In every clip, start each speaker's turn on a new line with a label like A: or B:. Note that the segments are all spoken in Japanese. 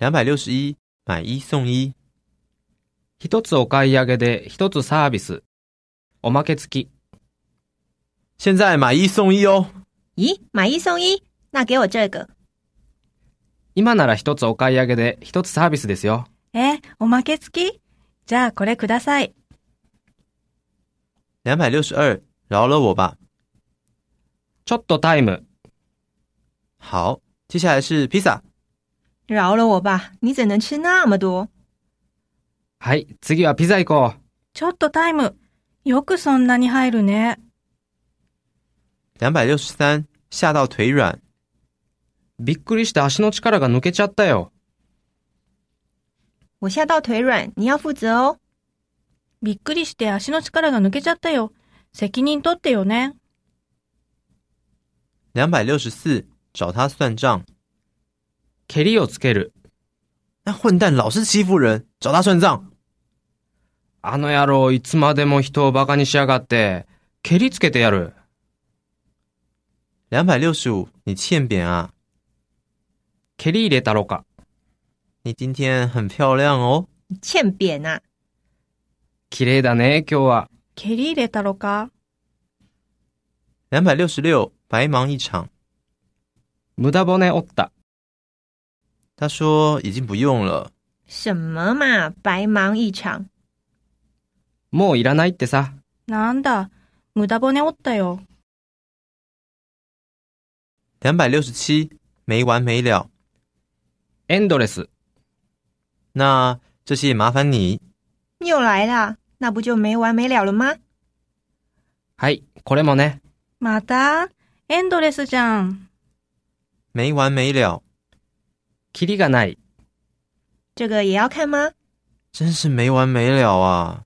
A: 两百六十一买一送一。
B: 一つお買い上げで一つサービス。おまけ付き。
A: 现在买一送一哦！
C: 咦，买一送一，那给我这个。
B: 今なら一つお買い上げで一つサービスですよ。
D: え、おまけ付きじゃあこれください。
A: 两百六十二，饶了我吧。
B: ちょっとタイム。
A: 好，接下来是披萨。
C: 饶了我吧，你怎能吃那么多？
B: はい、次はピザ行こう。
D: ちょっとタイム。よくそんなに入るね。
A: 两百六十三，吓到腿软。
B: びっくりして足の力が抜けちゃったよ。
C: 我吓到腿软，你要负责哦。
D: びっくりして足の力が抜けちゃったよ。責任取ってよね。
A: 两百六十四，找他算账。
B: 蹴りをつける。
A: 那混蛋老是欺负人，找他算账。
B: あの野郎、いつまでも人をバカにしやがって、蹴りつけてやる。
A: 两百六十五，你欠扁啊！
B: 蹴り入れたろか。
A: 你今天很漂亮哦。
C: 你欠扁啊呐、
B: 綺麗だね、今日は。
D: 蹴り入れたろか
A: 两百六十六，白忙一场。
B: 無駄骨折った。
A: 他说已经不用了。
C: 什么嘛，白忙一场。
B: もういらないってさ。
D: なんだ、無駄骨折ったよ。
A: 两百六十七，没完没了。
B: エンドレス。
A: 那这些麻烦你。
C: 又来啦，那不就没完没了了吗？
B: はい、これもね。
D: また、エンドレスじゃん。
A: 没完没了，
B: キリがない。
C: 这个也要看吗？
A: 真是没完没了啊！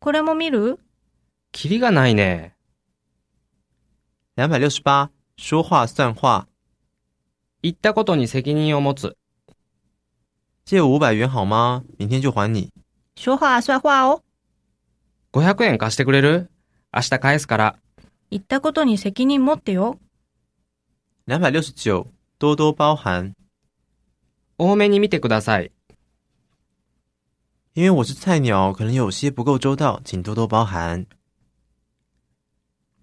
D: これも見る
B: キリがないね。
A: 两百六十八，说话算话，
B: 言ったことに責任を持つ。
A: 借我五百元好吗？明天就还你。
C: 说话算话哦。
B: 500円貸してくれる明日返すから。
D: 言ったことに責任持ってよ。
A: 两百六十九，多多包涵，
B: 多めに見てください。
A: 因为我是菜鸟，可能有些不够周到，请多多包涵。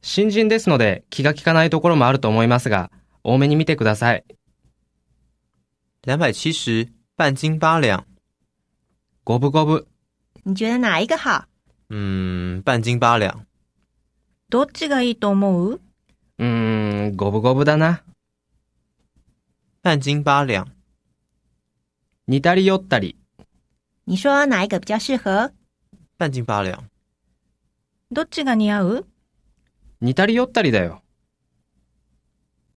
B: 新人ですので気が利かないところもあると思いますが、多めに見てください。
A: 两百七十，半斤八两，
B: 五分五分。
C: 你觉得哪一个好？
A: 嗯，半斤八两。
D: どっちがいいと思う
B: うーん、五分五分だな。
A: 半斤八两，
B: 似たり寄ったり。
C: 你说哪一个比较适合？
A: 半斤八两。
D: どっちが似合う
B: 似たり寄ったりだよ。